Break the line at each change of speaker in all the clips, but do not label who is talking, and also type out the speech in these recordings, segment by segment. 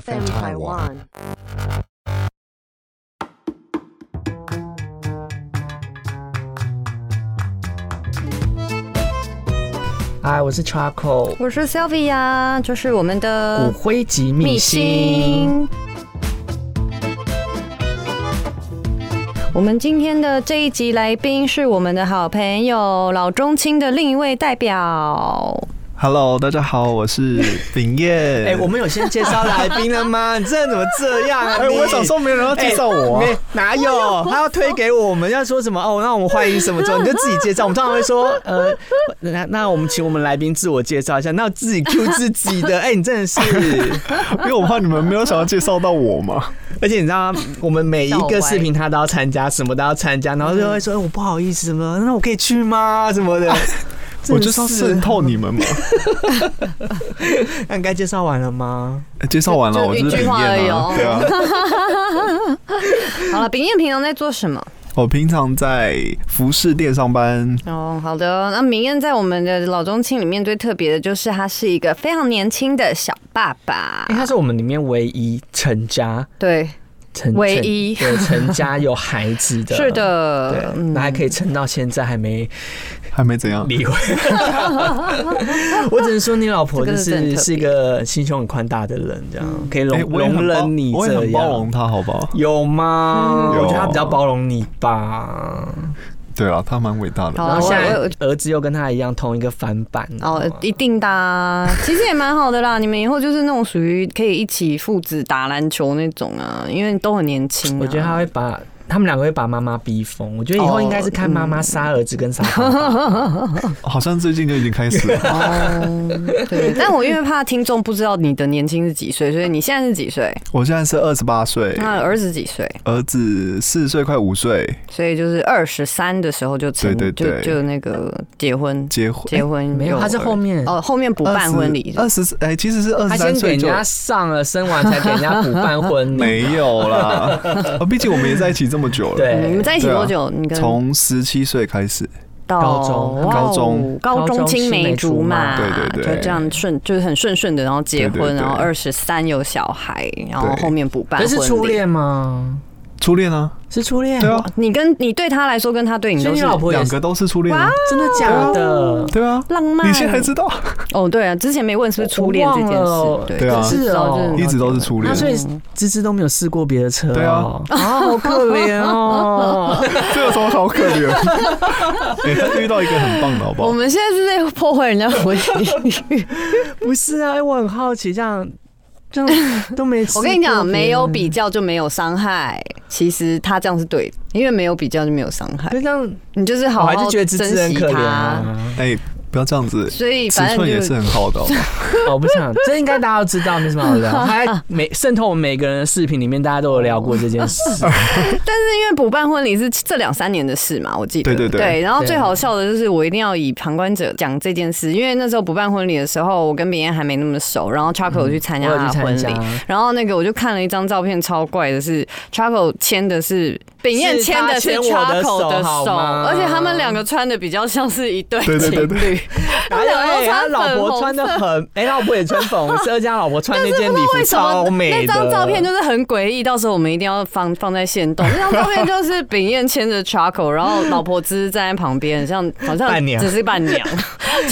FM Taiwan.
嗨，我是 Charcoal，
我是 Sylvia，就是我们
骨
的
灰级秘辛。。
我们今天的这一集来宾是我们的好朋友老中青的另一位代表，
Hello，大家好，我 是秉彦。
哎、我们有先介绍来宾了吗？你这人怎么这样啊？
哎、
你
我想说没人要介绍我、啊
没哪有？他要推给我们，要说什么？哦，那我们欢迎什么之后，你就自己介绍。我们通常会说，呃，那那我们请我们来宾自我介绍一下，那自己 Q 自己的。哎、你真的是，
因为我怕你们没有想要介绍到我嘛。
而且你知道吗，我们每一个视频他都要参加，什么都要参加，然后就会说，哎、我不好意思什么，那我可以去吗？什么的。
我就是要
是，
渗透你们嘛。
那你该介绍完了吗？
哎介绍完了，
就
我是秉
一句话而已
彦
哦
啊。对啊，
好 了，炳彦平常在做什么？
我平常在服饰店上班。
哦，好的。那明彦在我们的老中青里面最特别的就是他是一个非常年轻的小爸爸
因，为他是我们里面唯一成家
对，
成
唯一
成对成家有孩子的，
是。的，嗯
对，那还可以撑到现在还没
还没怎样，
离婚，我只能说你老婆就
这个真
是
的很特别嗯
是一个心胸很宽大的人，这样可以容
哎我也
容
很包
忍你
我也
这
很包容
样，
他，好不好？
有吗？
有
嗯
啊
我觉得他比较包容你吧。
对啊，他蛮伟大的。
好
然
哦
后
我
现在
我
儿子又跟他一样同一个翻版
哦，一定的、啊，其实也蛮好的啦。你 们以后就是那种属于可以一起父子打篮球那种啊，因为都很年轻、啊。
我觉得他会把他们两个会把妈妈逼疯。我觉得
哦
以后应该是看
嗯
妈妈杀儿子跟杀爸爸。
好像哦最近就已经开始 了。
哦， 对，但我因为怕听众不知道你的年轻是几岁，所以你现在是几岁？
我现在是二十八岁，
那儿子几岁？
儿子四岁快五岁，
所以就是二十三的时候就成，
对对对
就就那个结婚，
结婚。
结婚
哎没
幼
有，
儿
他是后面
哦，后面补办婚礼
二十哎，其实是二
他
十
啊先
三
给
岁
人
就
家上了，生完才给人家补办 婚礼。
没有 啦。啊毕竟我们也在一起这么久了。
对
嗯你们在一起
对啊
多久？你跟
从十七岁开始，
到
高中
哇哦
高中
高中青梅竹马，
高中青梅竹马对对对
就这样顺，就是很顺顺的，然后结
对对
婚，
对
然后二十三有小孩，然后
对
后面补办
可
婚
是初
礼。
恋吗？
初恋啊，
是初恋，
对啊，
你跟你对他来说，跟他对你
所
都嗯
以你
是
老婆也
两
是
个都是初恋啊，
真的假的？
对啊，
浪漫。
你现在还知道，
哦，对啊，之前没问是不是初恋这件
我
事
忘了，
对
对啊
只知道
是哦
就是
一直都是初恋
那。所以芝芝都没有试过别的车、哦，
对啊，
啊，好可怜哦。
这有什么好可怜？哎，他遇到一个很棒的，好不
我
好？
们现在是在破坏人家婚礼。
不是啊，哎我很好奇，这样这样都没试过
我
别
跟
人，
你讲，没有比较就没有伤害。其实他这样是对的，因为没有比较就没有伤害
就。这样，
你就是好
我
好
还是觉得芝
珍
芝很
惜
可怜
他。
啊。
哎，不要这样子，
所以
尺
反
寸也
正
是
就
很好的，好不好
哦我不想，这应该大家都知道，没什么好 聊。他在每渗透我们每个人的视频里面，大家都有聊过这件事。
是因为补办婚礼是这两三年的事嘛，我记得。
对对对
然后
对
最好笑的就是我一定要以旁观者讲这件事，因为那时候补办婚礼的时候，我跟别人还没那么熟，然后 Charco 有去参加
我有去
他的婚
参
礼
加，
然后那个我就看了一张照片，超怪的是 Charco 牵的是炳彦牵的是
是他牵我的
Charco 的
手好
手，
吗
而且他们两个穿的比较像是一对情
对对对对
侣。
然后哎他老婆穿的很，哎，老婆也穿粉 红色，而且他老婆穿那件礼服
为什么
超美的。
那张照 片就是很诡异？到时候我们一定要放放在线动。那张照片就是炳彦牵着 Charco，然后老婆只是站在旁边，像好像
伴娘
只是伴娘。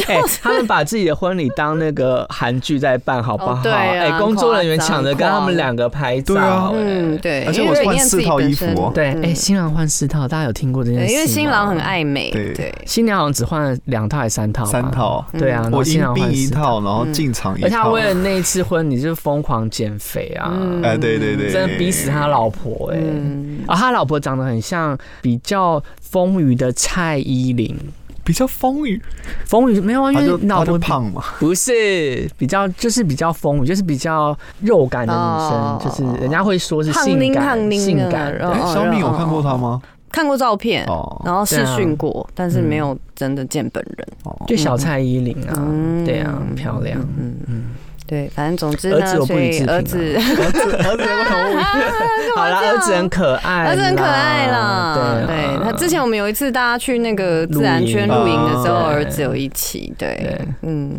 哎、他们把自己的婚礼当那个韩剧在办，好不好？
哦
哎、
对啊
工作人员抢着跟他们两个拍照、
对啊
哎
嗯，对，
而且
因为
我
炳
换
彦自
四
己
套
本
衣服
身
哦
对，哎、
嗯
新郎换四套，大家有听过这件事
对
吗？
因为新郎很爱美，
对
对，
新娘好像只换了两套还是三套？
三。套，
对啊，然后
我
新
迎
郎
宾
换
一
四。
套，然后进场一
而且他
套
为。了那一次婚礼，就是疯狂减肥啊，
哎，对对对，
真的逼死他老婆哎、
嗯，
啊，他老婆长得很像比较丰腴的蔡依林，
比较风雨，
丰腴没有啊，因
他就
为老
他
婆
就
比
胖嘛，
不是比较，就是比较丰腴，就是比较肉感的女生，
哦
就是人家会说是
胖
性
丁
感、
胖丁的
性感
然后
哎
哦
小敏有看过他吗？
看过照片，
哦，
然后试
对啊
训过，但是没有真的见本人。
哦
就小蔡依林啊，
嗯
对啊，很漂亮。
嗯嗯，对，反正总之
儿
呢，
子我不
所
予置
以
评啊
儿子。
儿子，儿子有口误。好啦，儿子很可爱，
儿子很可爱啦，
对啊
对他之前我们有一次大家去那个自然圈露营的时候，
露营
儿子有一起，对
对，
嗯，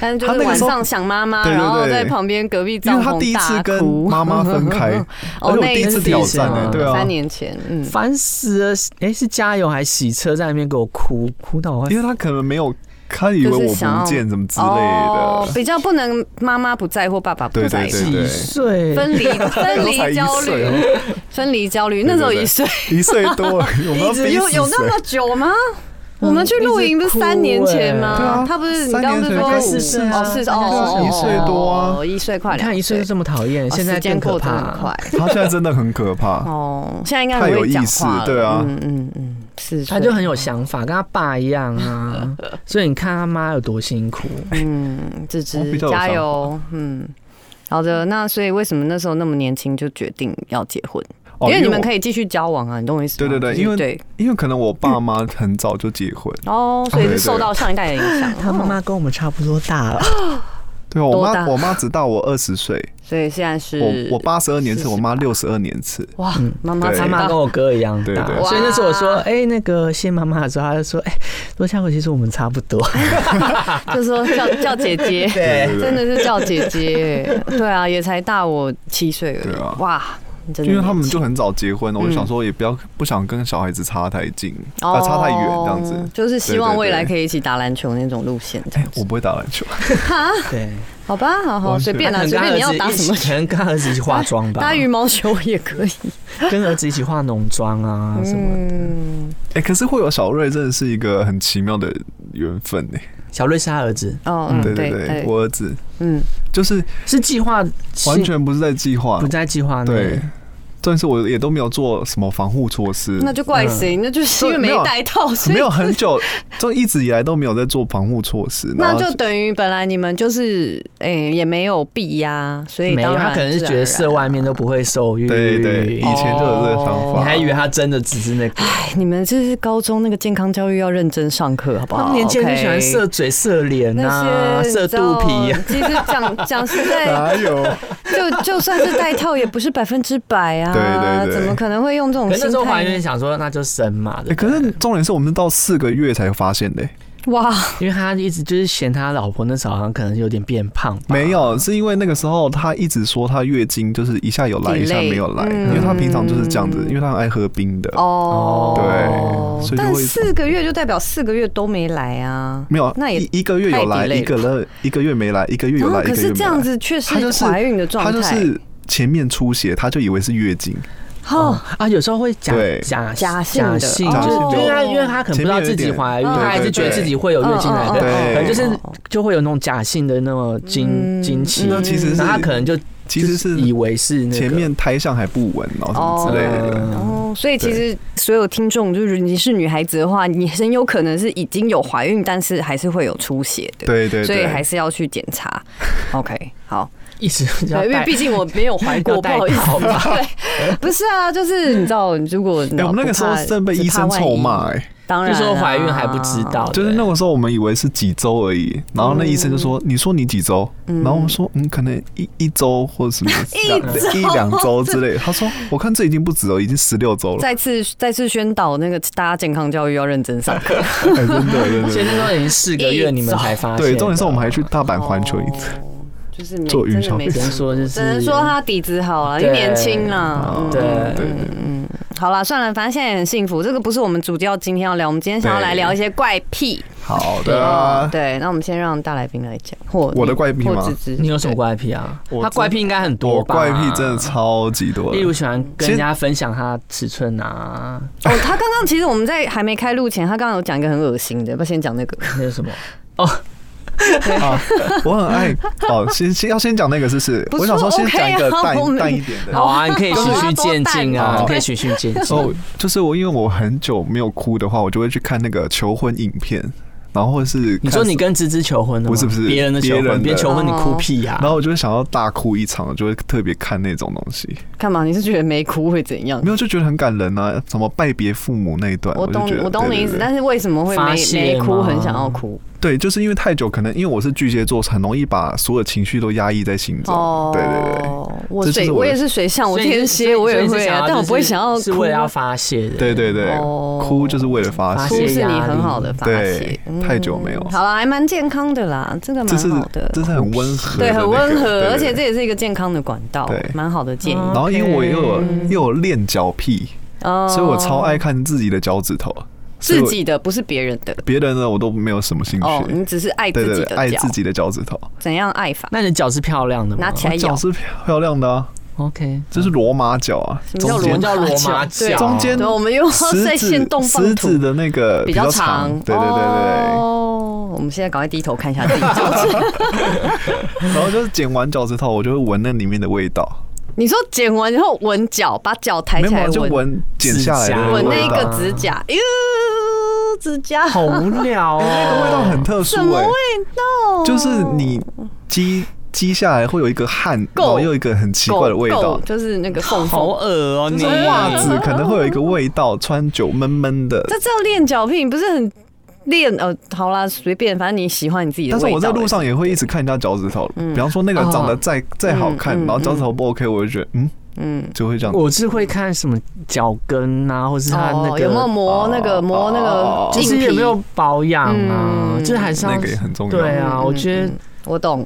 但是就
他
是
那个
晚
时候
上想妈妈，
对对
然后
对
在旁边隔壁
因
帐
为他
篷
第一次
大
跟
哭。
妈妈 分开，而且
哦，
我
那
第一次挑战
呢
呢，，对啊，
三年前，嗯，
烦死了！哎、是加油还洗车，在那边给我哭，哭到我会
因为他可能没有，他以为
就是
我
想要
不见怎么之类
哦
的，，
比较不能妈妈不在或爸爸不
对
在
对对
意，
几
对，
岁，
分 离分
都才
离
一
焦
岁
虑，
哦，
分离焦虑，那时候一岁，
一岁多，我 们要逼
有
死欸
有那
谁
么久吗？
嗯
我们去露营不是三年前
对
吗
啊？
他不是你刚刚不是
三
说
年前
五
才
四岁啊
哦四
三年前
哦哦
一岁多啊
哦一岁快
你
两岁，
看一岁就这么讨厌，
哦
现在
时间
更可
过得
怕。
很快
他现在真的很可怕，
哦，现在应该
啊太
很
有
会
意
讲
思
话了，
对啊
嗯嗯嗯，是，
他就很有想法，跟他爸一样 啊，所以你看他妈有多辛苦。
嗯，芝
我
芝
哦比较有
加
想
油，嗯。好的，那所以为什么那时候那么年轻就决定要结婚？
哦
因为你们
我
可以继续交往啊，你懂我意思吗？
对对对
就是
因为
对
因为可能我爸妈很早就结婚，
哦，所以
对
是
对
受到上一代的影响。哦
他妈妈跟我们差不多大了，
对啊我
多大
妈我妈只大我二十岁，
所以现在是
我我八十二年次，
48
我妈六十二年次，
哇，妈妈
对
他
长
妈
大
跟我哥一样大
对。对
所以那时候我说，
哇
哎、那个谢妈妈的时候，他就说，哎、罗夏慧其实我们差不多。
就说 叫叫姐姐，
对
对
哎真的是叫姐姐。对啊，也才大我七岁而
对啊
已。哇，真的
因为他们
年轻
就很早结婚了，我就
嗯
想说也不要不想跟小孩子差太近，啊差太远这
哦
样子。
就是希望
对对对
未来可以一起打篮球那种路线。这
哎
样，子
我不会打篮球，
对，
好吧，好好
我
随便啦，随
可
便
能跟
你要
他
打
儿子一
什么
起可能跟他儿子一 起化妆吧
打，羽毛球也可以。
跟儿子一起化浓妆啊什么。
嗯，
哎，可是会有小瑞真的是一个很奇妙的缘分呢。
小瑞是他儿子，
哦，嗯
对
对
对，我儿子
嗯，
就是
是计划是
完全不是在计划
不，在计划内
对。，但是我也都没有做什么防护措施，
那就怪谁？那就是因为没带套，所以
嗯没有啊很久，就一直以来都没有在做防护措施，然
那
后
就等于本来你们就是诶、也没有避呀、所以
没
当
有，
然
他可能是
自然啊
觉得射外面都不会受孕。
对对，以前就有这个
哦
想
你
法
还。以为他真的只是那个？
哎你们这是高中那个健康教育要认真上课，好不
他
好？
们年轻人就喜欢
OK
射嘴、射脸
那
呐、
些
射肚皮、啊。
你知道其实讲讲实在，
哪有？
就就算是带套，也不是百分之百啊。
对对对
怎么可能会用这种
可是那时候
心
怀
态
孕
呢？
想说，那就生嘛，
欸
对不
可
对
是重点是我们到四个月才发现的欸、
哇，
因为他一直就是嫌他老婆那时候好像可能有点变胖吧，
没有，是因为那个时候她一直说她月经就是一下有来，
Delay，
一下没有来，
嗯
因为她平常就是这样子，因为她很爱喝冰的。
哦，
对所以就
但
会
四个月就代表四个月都没来啊。
没有，
那也
一一个月有来，
太 delay
一个月一个月没来，一个月有来，
啊
一
可
个
是
月没来。
这样子却
她就是
怀孕的状态。
她就是前面出血，她就以为是月经，
哦，
啊，有时候会假
对
假
假性
假
的
性，哦
哦
就是因为他因为他可能不知道自己怀孕，
前面有一点
他还是觉得自己会有月经来
嗯
的，
对
可能就是
嗯嗯嗯
就会有那种假性的那种经
嗯
经期，
那其实是
然后他可能就
其实是
就是以为是那个
前面胎相还不稳，然后什么之类的。
嗯
哦，所以其
对
实所有听众，就是你是女孩子的话，你很有可能是已经有怀孕，但是还是会有出血的，
对对对，
所以还是要去检 查。OK，好，
一直
因
要
为
带
毕竟我没有怀过，
要
不
带
好意思，
套吧
对，不是啊，就是你知道，如果你知
哎、
道
我们那个时候
不怕
真被医生臭，
只怕万
骂、
一哦
欸，
当然
就
啊
说怀孕还不知道，，
就是那个时候我们以为是几周而已，然
嗯
后那医生就说：“你说你几周？”然后我们说：“嗯，可能一一周或者什 么
周
一两周之类。”他说：“我看这已经不止了，已经十六周了。
再次再次宣导那个大家健康教育要认 真上课，”
哎， 真的，真
所以
的，
那时候已经四个月，你们才发现。
对，重点是我们还去大阪环球一次。
哦，就是没
做云
真的没
霄
什
只
飞
么
能说就是
只能说他底子好了，
对
又年轻啦。
哦
嗯
对
嗯
对
嗯嗯，好啦，算了，反正现在也很幸福。这个不是我们主要今天要聊，我们今天想要来聊一些怪癖。
好的
哦
啊，
对，那我们先让大来宾来讲，或
我的怪癖
或
吗
芝芝
你有什么怪癖啊？
我
他怪癖应该很多
我
吧？
怪癖真的，超级多
例
的
如。喜欢跟人家分享他尺寸啊，
哦，他刚刚其实我们在还没开录前，他刚刚有讲一个很恶心的，要不要先讲那个？
还有什么？
啊，我很爱 哦，先先要先讲那个，是不是？
不是
我想说先
OK
讲一个
啊
淡
我们
淡一点的。
好啊，你可以循序渐进啊，
好
你可以循序渐进。
哦，就是我，因为我很久没有哭的话，我就会去看那个求婚影片，然后或者是
你
看
说你跟芝芝求婚的吗？
不是不是
别人的求
别人
婚，
的哦
别人求婚你哭屁啊呀、
然后我就会想要大哭一场，我就会特别看那种东西，
干嘛？你是觉得没哭会怎样
没？有就觉得很感人啊，什么拜别父母那一段，
我
就
懂
觉，得
我懂你意思，但是为什么会
发
没
泄
没哭，
吗
很想要哭？
对，就是因为太久，可能因为我是巨蟹座，很容易把所有情绪都压抑在心中。
哦
对对哦对，
我
这就是
水
我的
我也是水象，我
所以
天
所以
蝎，我也
所以是
会啊，
要
但我不会
就是
想要
是为了
哭
要发泄的。
对对对，
哦
哭就是为了发
发
哭
泄啊
是
泄。
你
压力
很好的发泄
对，太久没有
嗯好了，还蛮健康的啦，这个
这是
蛮好的，
这是很温和的
对，
那个，
很温
对
和，而且。
对
这也是一个健康的管道
对，
蛮好的建议。
哦
然后因为我又有
OK
又有练脚癖，
哦
所以我超爱看自己的脚趾头，所以
自
我
己的，不是别人的。
别人的我都没有什么兴
哦，你
趣。
只是爱
对
自
对
己
对，
的
爱
脚，
自己的脚趾头，
怎样爱法？
那你的脚是漂亮的吗？
拿起来咬
脚。是漂亮的啊，
OK，
这是罗马脚啊，
嗯什么叫
中
罗 马
间
叫罗马
对
脚
中间
对，我们又要在
食
线
指
动放
食指
图，
的那个
比
较
较长。
对对对
哦，我们现在赶快低头看一下自己脚趾。
对，然后就是剪完脚趾头，我就会闻那里面的味道，
你说剪完然后闻脚，把脚抬
没
起
有
来
啊就
闻，
闻剪下来的
闻
味道，
那个指甲，哟，指甲
好无聊哦，
那个味道很特殊
什么
哎、
味道？
就是你积积下来会有一个汗，然后又一个很奇怪的味
狗
道
狗，就是那个缝
好
缝。
恶哦，
就
你
是袜子
嗯
可能会有一个味道，穿久闷闷的。
这叫练脚癖，你不是很练？呃，好啦，随便，反正你喜欢你自己的
但
味
是
道。嗯
我在路上也会一直看人家脚趾头，比方说那个长得再再好看，
哦嗯嗯
然后脚趾头不 OK，我就觉得嗯，
嗯，
就会这样。
我是会看什么脚跟啊，或是他那
哦，有没有
个，
磨那个
哦
磨那
哦
个
就
硬
是
皮？
有没有保养啊，
嗯
就是还是要
那个也很重要。
对啊，
嗯
我觉得
嗯我 懂，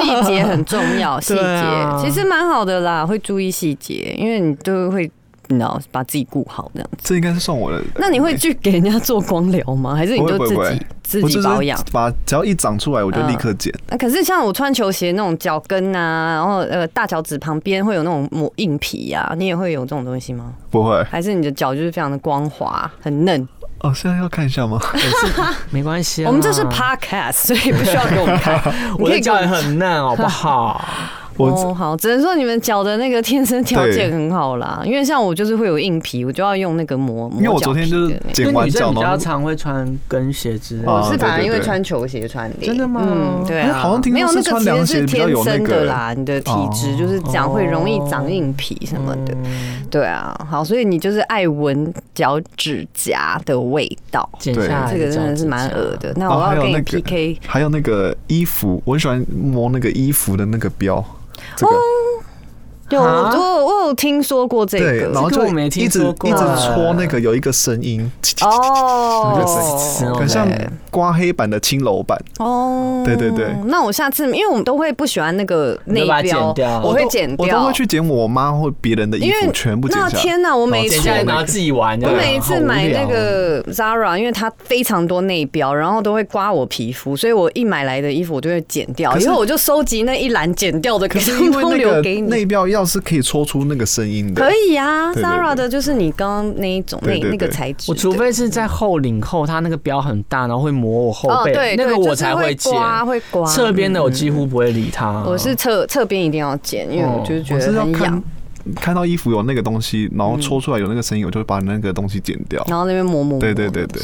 细节很重要，细
对啊
节其实蛮好的啦，会注意细节，因为你都会。你知道把自己顾好这样子，
这应该是算我的。
那你会去给人家做光疗吗？还是你
不
就
会
自己
不会
自
我
己
就是
保养？嗯
把只要一长出来，我就立刻剪。
那可是像我穿球鞋那种脚跟啊，然后呃大脚趾旁边会有那种抹硬皮啊，你也会有这种东西吗？
不会
还是你的脚就是非常的光滑，很嫩？
哦，现在要看一 下吗？
没关系啊。
我们这是 podcast，所以不需要给我们 看。你可
我的
以给
脚
我
也
们
很嫩，好不好？
我
哦，好，只能说你们脚的那个天生条件
对
很好啦，因为像我就是会有硬皮，我就要用那个磨磨
因为我
脚
昨天
皮
就
的
是
那个
剪
因为
完
女
脚，
生比较
然后
常会穿跟鞋之类的。
哦
我是反而
对对
因为
对
穿球鞋穿的，
真的吗
嗯，对
哎
啊，
好像听
没
说
有
是
那个
穿
其
凉
实
鞋
是
比较
天
有那
生的
个
啦，你的体质
哦
就是长会容易长硬皮什么的，对啊，好，所以你就是爱闻脚趾甲的味道，
剪下来
这个真的
啊
是蛮恶
恶。
的。那
哦
我要
还有
跟你
那个
PK，
还有那个衣服，我很喜欢摸那个衣服的那个标，这个
有
啊
我我有听说过这
对，
个
然后
这个
就
我没
一
听
直
说过
一直
啊
戳那个有一个声音，
哦，
很像刮黑板的青楼板，
哦，
对对对
那我下次，因为我们都会不喜欢那个
你
内
就把它
标，
剪掉
我
都
会剪掉，
我都会去剪我妈或别人的衣
因为
服，全部剪
那
下来。
天哪，我每
剪
次
下来然后自己玩。
我
这样
每一次买那，个 Zara，因为它非常多内标，然后都会刮我皮肤，所以我一买来的衣服我就会剪掉，
可是
以后我就收集那一栏剪掉的，
可是
通
因 为
通
那
留
个
给你。
内标要是可以戳出那个声音的，
可以啊
对对对
，Zara 的就是你刚刚那一种那
对对对
那个材质的，
我除非是在后领后，它那个标很大，然后会磨我后
哦
背，
对，
那个
对就是
我才
会
剪。
刮会刮
侧边的我
嗯
几乎不会理它。
我是侧侧边一定要剪，因为我就是觉
哦我
得
是要
很痒
看。看到衣服有那个东西，然后戳出来有那个声音，我就会把那个东西剪掉。
然后那边磨磨磨，
对对对对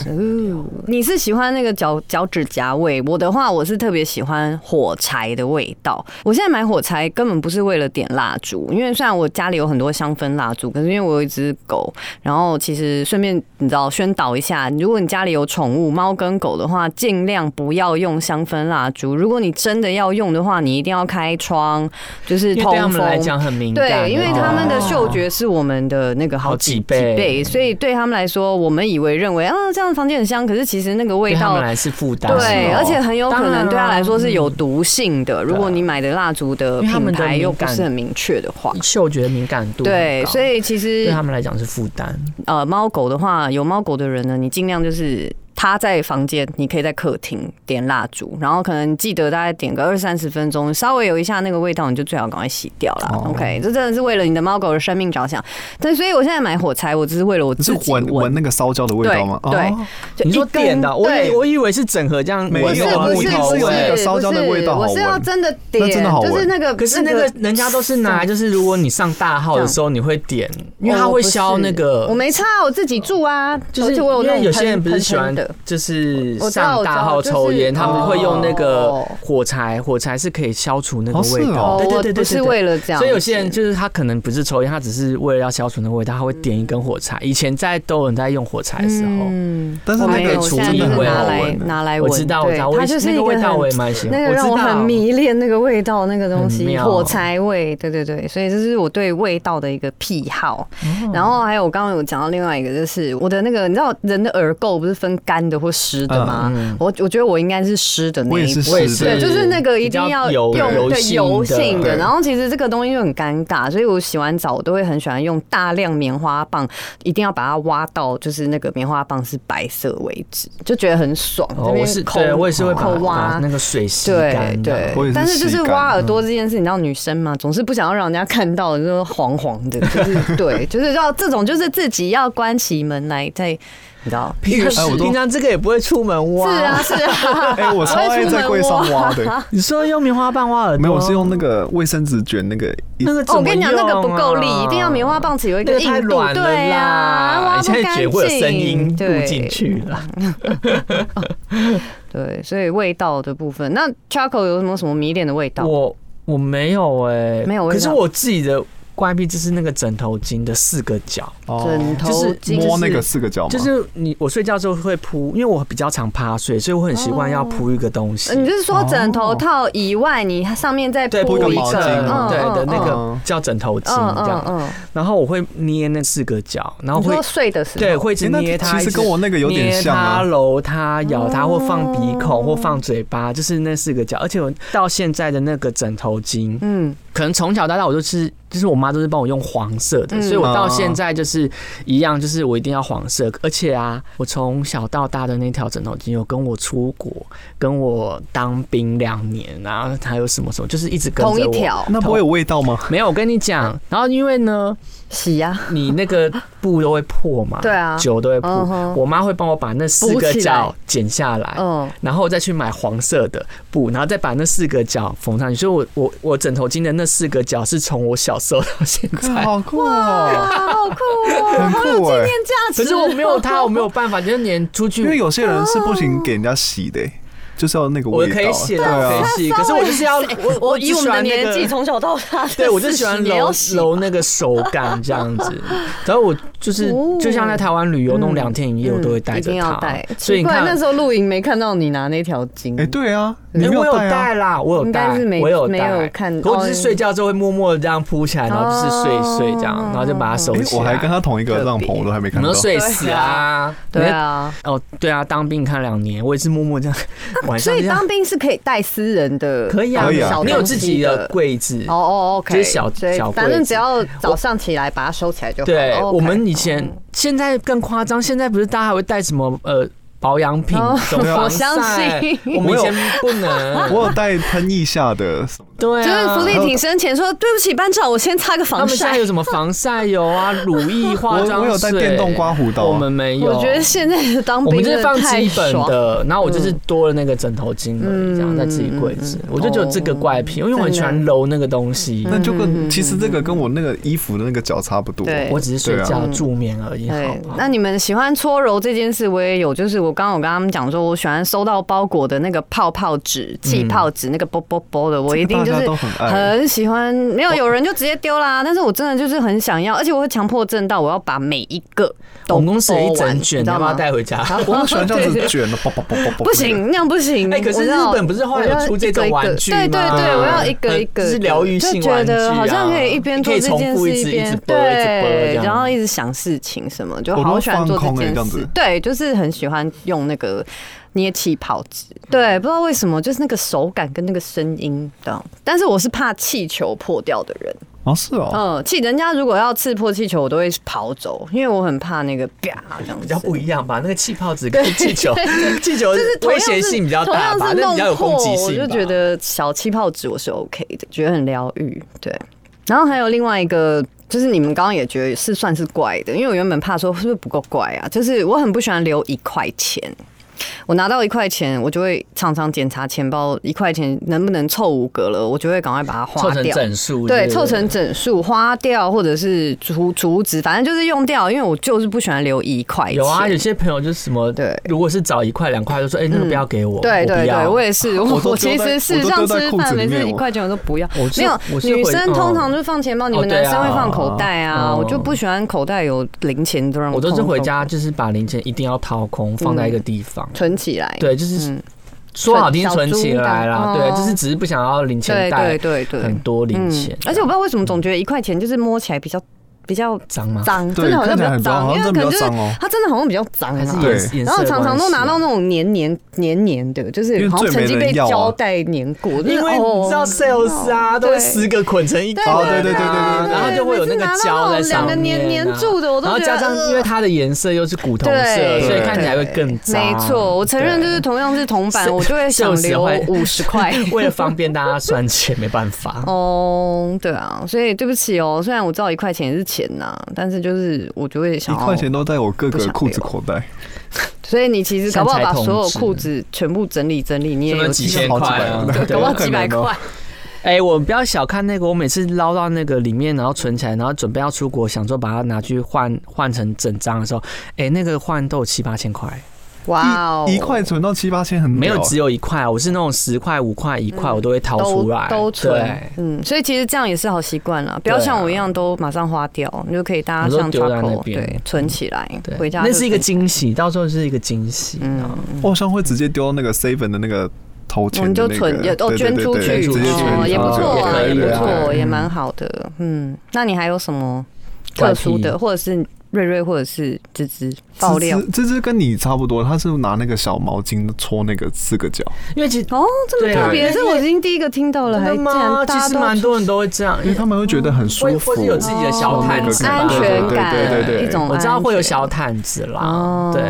哦，你是喜欢那个脚脚趾甲味，我的话我是特别喜欢火柴的味道。我现在买火柴根本不是为了点蜡烛，因为虽然我家里有很多香氛蜡烛，可是因为我有一只狗，然后其实顺便你知道宣导一下，如果你家里有宠物猫跟狗的话，尽量不要用香氛蜡烛。如果你真的要用的话，你一定要开窗，就是
因为
通
对他们来
风。
讲很敏感，
对，因为他们的嗅觉是我们的那个好
好
几
几倍
所以对他们来说，我们以为认为啊，这样房间很香，可是其实那个味
对他
道
们。来是负担。
对，
是哦
而且很有可
当然
能
啦
对他来说是有毒性的。如果你买的蜡烛的
因为他
品
们的
牌
敏
又不
感
是很明确的话，
嗅觉敏感度
对，所
以
以其
对
实
他们来讲是负担。
呃，猫狗的话，有猫狗的人呢，你尽量就是它在房间，你可以在客厅点蜡烛，然后可能记得大概点个二三十分钟，稍微有一下那个味道，你就最好赶快洗掉啦。
哦
OK，这真的是为了你的猫狗的生命着想。但所以我现在买火柴，我只是为了我
你是
自己
闻闻那个烧焦的味道吗？
对对
哦
就
你说
一根
点的，我以
对
我以为是整盒这样闻
没
那
有
个
不
木
是
头
啊
味，
不是不
木头味
是
那个烧焦的味道好
我
闻
是要真的点，
那真的好闻
就是那个，
可是那个人家都是拿，就是如果你上大号的时候，你会点，因为它会消那
我
个。
没差，我自己住啊，
就
而
是
且我有
因
那
为
种
有些人不是
喷
喜欢
喷喷的，的？
就是
我知道
上大号
我知道
抽烟，
就是
他们会用那个
哦
火柴，火柴是可以消除那个
哦是
味道。
哦
对对
我
对对
不
对
是
对
为了这样子，
所以有些人就是他可能不是抽烟，他只是为了要消除那个味道，他会点一根火柴。以前在都有人在用火柴的时候，
嗯
但是
我
那
没
个
有，我
除
现在
真
就是
的很
拿
好
来
闻的
拿来
我
闻，
知道，我知道，
对
我
它
也
就是
那
一
个味
很
道我也蛮喜欢。
那个
我
让我
知道
很迷恋那个味道，那个东
很
西
妙
火柴味，对对对，所以这是我对味道的一个癖好。
哦
然后还有我刚刚有讲到另外一个，就是我的那个，你知道人的耳垢不是分干的或湿的吗？
嗯
我我觉得我应该是湿的那
我也
一
是
种。
我也
湿
是
的
对，就是那个一定要
比
用
较油
对油性的，
对
然后其实这个东西就很尴尬，所以我洗完澡我都会很喜欢用大量棉花棒，一定要把它挖到，就是那个棉花棒是白色为止，就觉得很爽。这
哦，
边
我是
抠
对我也是会把
抠
把
挖
那，个水吸
对
干的。啊
对
我也，是
但是就是
吸干
挖耳朵这件事，你知道女生嘛，总是不想要让人家看到，就是黄黄的， 就是对，就是要这种，就是自己要关起门来，在你知道，
平
哎我
常
都
平常这个也不会出门
是
挖。
啊是啊，
哎、 我超爱在柜上挖的，
你说用棉花棒挖耳朵？
没有，我是用那个卫生纸卷那个一
那个怎
哦
么用啊、
我跟你讲，那个不够力，一定要棉花棒只有一
那个太
硬度，
软了
对呀、
啦，
挖
你
不
现在
干
觉
净，
得会有声音录进
对
去了。
对，所以味道的部分，那 Charco 有什么什么迷恋的味道？
我我没有哎、
没有味道
可是我自己的怪癖就是那个枕头巾的四个角，
枕头
就是
巾
哦摸那个四个
哦
角嘛，
就是你我睡觉之后会铺，因为我比较常趴睡，所以我很习惯要铺一个东西。
呃你是说枕头套以外，你上面再
哦对，
铺
一
一
个
个
一
毛
个
巾
嗯
对
嗯
的那个
嗯
叫枕头巾
嗯
这
嗯
样，
嗯，
然后我会捏那四个角，然后
你
会
说睡的时候，
对会一直
哎那
捏它，
其
一
实
直
跟我那个有点
捏
像
它、
啊。
揉它、咬它，或放鼻孔，
哦
或放嘴巴，就是那四个角。而且我到现在的那个枕头巾，
嗯，
可能从小到大我就是，就是我妈都是帮我用黄色的，
嗯
所以我到现在就是一样，就是我一定要黄色。而且啊，我从小到大的那条枕头巾，有跟我出国、跟我当兵两年，然后还有什么什么，就是一直跟
同
着
一
我。
条
那不会有味道吗？
没有，我跟你讲，然后因为呢，
洗啊呀、
你那个布都会破嘛，
对啊
酒都会破
嗯，哼
我妈会帮我把那四
补
个
起来
角剪下来，
嗯，
然后再去买黄色的布，然后再把那四个角缝上去。所以我我我枕头巾的那四个角是从我小时候到现 在，
好酷哦！
啊，好酷哦，
很
好有
酷哎
纪念价值。
欸可是我没有它，我没有办法，就是连出
因为
去。
有些人是不行给人家洗的、欸就是要那个
我
味道。
可以写
对
的，我
啊
可，以写，可是我就是要我
哎我
只
以我
喜
们的
欢那
年
个
纪，从小到大，
对我就喜欢
40年
揉
要洗啊
揉那个手感这样子。然后我就是
哦
就像在台湾旅游弄
嗯
两天一夜，我都会带
一
着
定要
它
带。。
所以
奇
你
怪
看，
那时候露营没看到你拿那条巾，
哎、对啊，你
嗯
哎
没
我有
带啊？
带啦，我有
应该
带
是没，
我
没有
带，
看
可我只是
哦
睡觉之后会默默地这样铺起来，然后就是睡一睡这样，然后就把它收
哎
啊
起来。
我还跟他同一个帐篷，我都还没
你
看到
们都。睡死啊！
对啊，
你们，哦，对啊，当兵看两年，我也是默默这样，晚上
所
这
以
样
当兵是可以带私人的，
可以啊，
可以啊
小
你有
东
自
西
己的柜子
哦。哦，OK，
就是小
所以
小柜
反正
子
只要早上起来把它收起来就好。
对，
OK 嗯
我们以前现在更夸张，现在不是大家还会带什么呃保养品
哦、
什么
我
防
相
晒
信
我们以前不能，
我有带喷腋下的，
对
就是
啊
福。利挺身前说：“对不起，班长，我先擦个
他
防
们现在
晒
有。什么防晒油啊、乳液、化
我
妆水？
我有带电动刮胡刀啊
我们没”有。哦
我觉得现在的当
我
兵
们就是
真的
放
太
基本
爽嗯
的，然后我就是多了那个枕头巾而已，这样在自己柜子。我就觉得这个怪癖，因为我很喜欢揉那个东西。
那就跟其实这个跟我那个衣服的那个角差不多。
嗯
啊
对
我只是睡
对
觉助眠而已，好
对
不，好？
那你们喜欢搓揉这件事，我也有，就是我刚刚我跟他们讲说，我喜欢收到包裹的那个泡泡纸、
嗯
气泡纸，那个啵啵啵的，我一定就
这
是
个大家都很
哎
爱
很喜欢。没有有人就直接丢啦，但是我真的就是很想要，而且我会强迫症到我要把每一个都
我们公司有一
包完
整
你
卷，
知
你要
道
不
吗
要？带回家？
我很喜欢 这样子卷的，啵啵啵啵啵。
不行，，那样不行。
哎可是
我知道
日本不是后来有出这种玩具吗
我要一个一个对对对，我要一个一个，
嗯就是疗愈性
就觉得
玩具啊
好像可以一边做这
可以
件
重复
事
一直
边
一直播一直播
对
这，样
然后一直想事情什么，就
我都
好喜欢做
放空
件
欸这样
事
子。
对，就是很喜欢用那个。捏气泡纸，对，不知道为什么，就是那个手感跟那个声音的。但是我是怕气球破掉的人，
哦是哦，
嗯，气人家如果要刺破气球，我都会跑走，因为我很怕那个啪这样子。
比较不一样吧，那个气泡纸跟气球，气球
同
危
样是
险性比较大
同
吧，
样是
那
弄
比较有攻击
破
性吧。
我就觉得小气泡纸我是 OK 的，觉得很疗愈。对，然后还有另外一个。就是你们刚刚也觉得是算是怪的，因为我原本怕说是不是不够怪啊，就是我很不喜欢留一块钱，我拿到一块钱，我就会常常检查钱包，一块钱能不能凑五格了，我就会赶快把它
凑
花
成
掉。
整数，
对，
不
凑成整数，花掉或者是除除值，反正就是用掉，因为我就是不喜欢留一块钱。
有啊，有些朋友就是什么，
对嗯
如果是找一块两块，就说哎、那个不要给我，
对
我
对
不
对，
要
我也是，我
我都丢
其
在
实事实
我
上
都丢在
吃
裤
饭
子里
每次
面
一
我
块钱我都不要。
我是
没有
我，是
女
会
生通常
嗯
就放钱包，你
哦
们
对
男生
啊
会放口袋
嗯
啊，
哦
我就不喜欢口袋有零钱都让
我都是
空
回
空
家就是把零钱一定要掏空，放在一个地方。
存起来。
对，就是
嗯，
说好听存起来
小
啦，
猪
对
哦，
就是只是不想要零钱
对对
袋
对对，嗯
很多零钱，
而且我不知道为什么总觉得一块钱就是摸起来比较比较
脏吗？
脏，真
对，
的好像
看起
比
来
较
很脏，
脏，
好
因为它
像真
可
的
能就
比较
是
脏哦。
它真的好像比较脏
还是
啊。
颜
对
颜色
然后常常都拿到
的关系啊。
那种黏黏黏黏的，就是好像曾经被胶带粘过，
啊
哦
因为你知道 sales 啊，都会十个捆成一包，
哦对对对对对对
然后就会有那个胶在
两
上面啊，
个黏黏住的，我都
然后
觉
加上因为
得。呃
它的颜色又是古铜色，
对，
所以看起来会更脏。
没错，我承认就是同样是铜 板，
对
我就会想留五十 块。
为了方便大家算钱，没办法。
哦，对啊，所以对不起哦，虽然我知道一块钱也是钱呐、但是就是我就会想
一
要
块钱都在我各
不
个
想
裤子
留
口袋，
所以你其实搞不好把所有裤子全部整理整理，你也有
几
千
千
块
块
啊
啊，
对
搞不好几百块。
哎、我不要小看那个，我每次捞到那个里面，然后存起来，然后准备要出国，想说把它拿去换换成整张的时候，哎、那个换都有七八千块，
哇哦，
一一块存到七八千很
没有
屌啊
只有一块，我是那种十块、五块、一块，我都会掏
都
出来，
嗯都存
对，，
嗯，所以其实这样也是好习惯了，不要
对啊
像我一样都马上花掉，你就可以大家
你说
像
丢在那
Taco
边嗯
对存起来，
对，
回家
那
就是
一个惊喜，到时候是一个惊喜，嗯，
我好像会直接丢到那个 seven 的那个投
我
钱
们
的
就
那
存也
个，
哦
对
捐出去
对对
捐出
直接
去
捐
哦，也不错啊，
哦
也
也
不
可以啊
错，
嗯
也蛮好的，嗯，那你还有什么特殊
怪
的，
癖
或者是瑞瑞或者是芝芝爆料
这这只跟你差不多，他是拿那个小毛巾搓那个四个角，
因为其实
哦，这么
对
特别，
对
这我已经第一个听到了，还
真的
竟然
吗？其
大家
实
都
蛮多人都会这样，
因为他们会觉得很舒
会
服啊
会，是有自己的小毯子吧
哦
安全
对对对对
感，
对
一种
我知道会有小
安
毯子啦，
哦
对。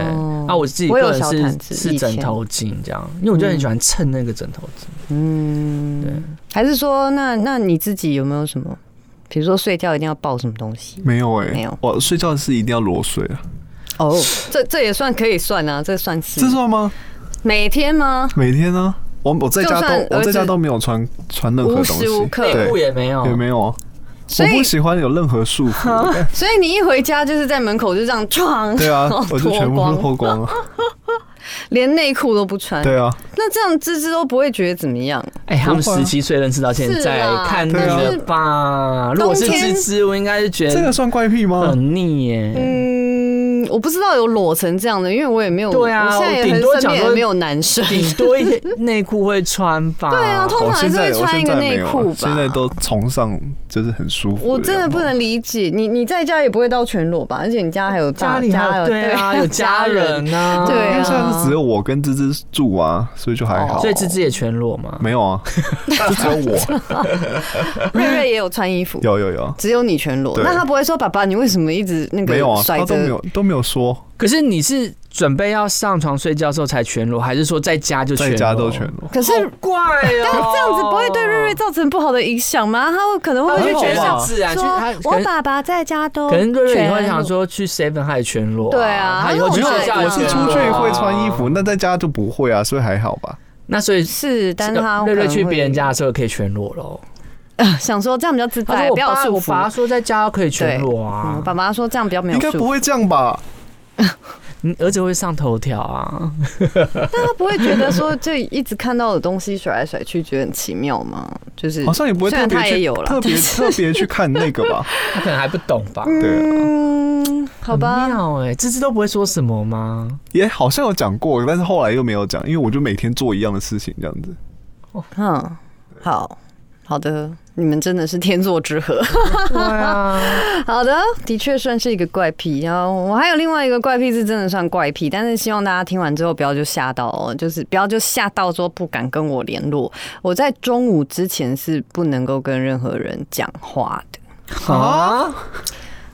啊，我自己
我有
个人
小毯子
是是
以前
枕头巾这样，因为我就很喜欢蹭那个枕头巾。
全嗯，
对
还是说，那那你自己有没有什么，比如说睡觉一定要抱什么东西？
没有哎、
没有
我睡觉是一定要裸睡啊，
哦，这这也算可以算啊，这算是
这算吗？
每天吗？
每天呢、我我在家
就
都
算
我
儿
在
子
家都没有穿穿任何
无
东西，
时无刻，
内
对
裤也没有，
也没有啊。
所
我
以
不喜欢有任何 束缚，
所以你一回家就是在门口就这样撞，
对啊
然后，
我就全部
脱
都
光，
脱光 了，
连内裤都不穿。
对啊，
那这样芝芝都不会觉得怎么样，
哎、他们
不会啊
十七岁认识到现
是
在
啊，
看腻
对啊
了吧？如果是
冬天
芝芝，我应该是觉
这个
得
算怪癖吗？
嗯很腻耶、
嗯，我不知道有裸成这样的，因为我也没有，
对啊
我现在也
我
很
顶多
身
讲
边
说
也没有男生，
顶多一些内裤会穿吧。
对啊，通
我
常还
哦现
是
在
会
我
穿一
现
个
在没
内
有
裤吧。
现在都崇尚就是很舒服。
我真的不能理解，你你在家也不会到全裸吧？而且你家还有大
家里还有对啊，有家。人啊，
对啊哦
因为哦现在是只有我跟芝芝住啊，所以就还好。
所以芝芝也全裸嘛。
没有 啊，就只有我。
瑞瑞也有穿衣服，
有有有，
只有你全裸。
对
那他不会说爸爸，你为什么一直那
没有
个
啊，
甩
他
着
都？没有都没有说，
可是你是准备要上床睡觉的时候才全裸，还是说在家就全
在
裸？
家都全裸。
可是
好怪哦、
这样子不会对瑞瑞造成不好的影响吗？他会可能会
他
去
会
学
觉
校
得自然，就是他
说，
可
我
能
爸爸在家都
可能瑞瑞以后
全
想
裸，
说去 seven 他也全裸、
对啊
他以后
他
去
没有
学校也
我
全
是
裸啊
出去会穿衣服，。那在家就不会啊，所以还好吧。
那所以
是，但是他
啊瑞瑞去
可能会
别人家的时候可以全裸喽。
想说这样比较自
他
在，
说我
不要啊
爸
束
我
缚
爸。说在家可以全裸
嗯
啊，
爸爸说这样比较没
应
有
该
束
不
缚，
会这样吧？
你嗯儿子会上头条啊。
但他不会觉得说就一直看到的东西甩来甩去，觉得很奇妙吗？就是
好像也不会
虽
特
然
别
他也
去
有了，
特别特别去看那个吧。
他可能还不懂吧。
对啊，
嗯，好吧
很，妙哎、欸，芝芝都不会说什么吗？
也好像有讲过，但是后来又没有讲，因为我就每天做一样的事情这样子。
嗯，好好的，你们真的是天作之合。
对啊，
好的，的确算是一个怪癖。然后我还有另外一个怪癖是真的算怪癖，但是希望大家听完之后不要就吓到哦，就是不要就吓到说不敢跟我联络。我在中午之前是不能够跟任何人讲话的，
啊，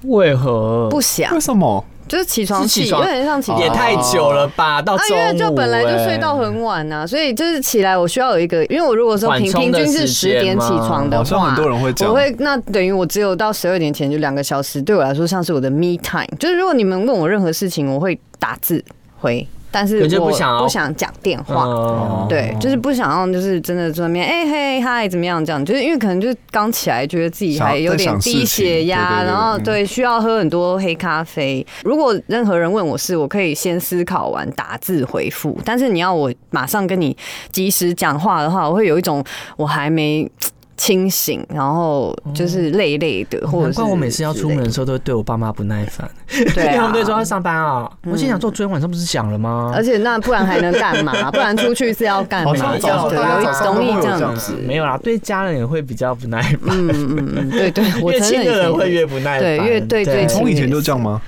为何？
不想
为什么？
就是起床
是
气，
起
有
床
点像起床哦
也
气。
太久了吧，到
啊，因
中午、欸
为就本来就睡到很晚呐、所以就是起来我需要有一个，因为我如果说平
缓
平
冲的
均是
时
十
间
点起
吗
床的话，
好像很多人会讲
我，会那等于我只有到十二点前就两个小时，对我来说像是我的 me time。就是如果你们问我任何事情，我会打字回。但是
可就不
我
想要
不想讲电话。
哦，
对，就是不想让，就是真的在那边，哎、嘿嗨，怎么样？这样，就是因为可能就是刚起来，觉得自己
想
还有
在
点
想
低
事
血
情
压，
对对对
然后
嗯
对需要喝很多黑咖啡。如果任何人问我是，我可以先思考完打字回复，但是你要我马上跟你及时讲话的话，我会有一种我还没。清醒，然后就是
哦
累累的，或者
难
是
怪我每次要出门
之
的时候都会对我爸妈不耐烦，
类的，对、啊，嗯
他们都会说要上班啊。我心想说，昨天晚上不是讲了吗？
而且那不然还能干嘛？不然出去是要干嘛？
好像
这样
早
对，
上
有一
早上
容
都会
易
有
这
这
样
样
子。
没有啦，对家人也会比较不耐烦，
嗯嗯嗯，对 对，我
越
承认
亲
以
的
前
人会
也是
越不耐
对
烦，
越对最亲
从以前就这样吗？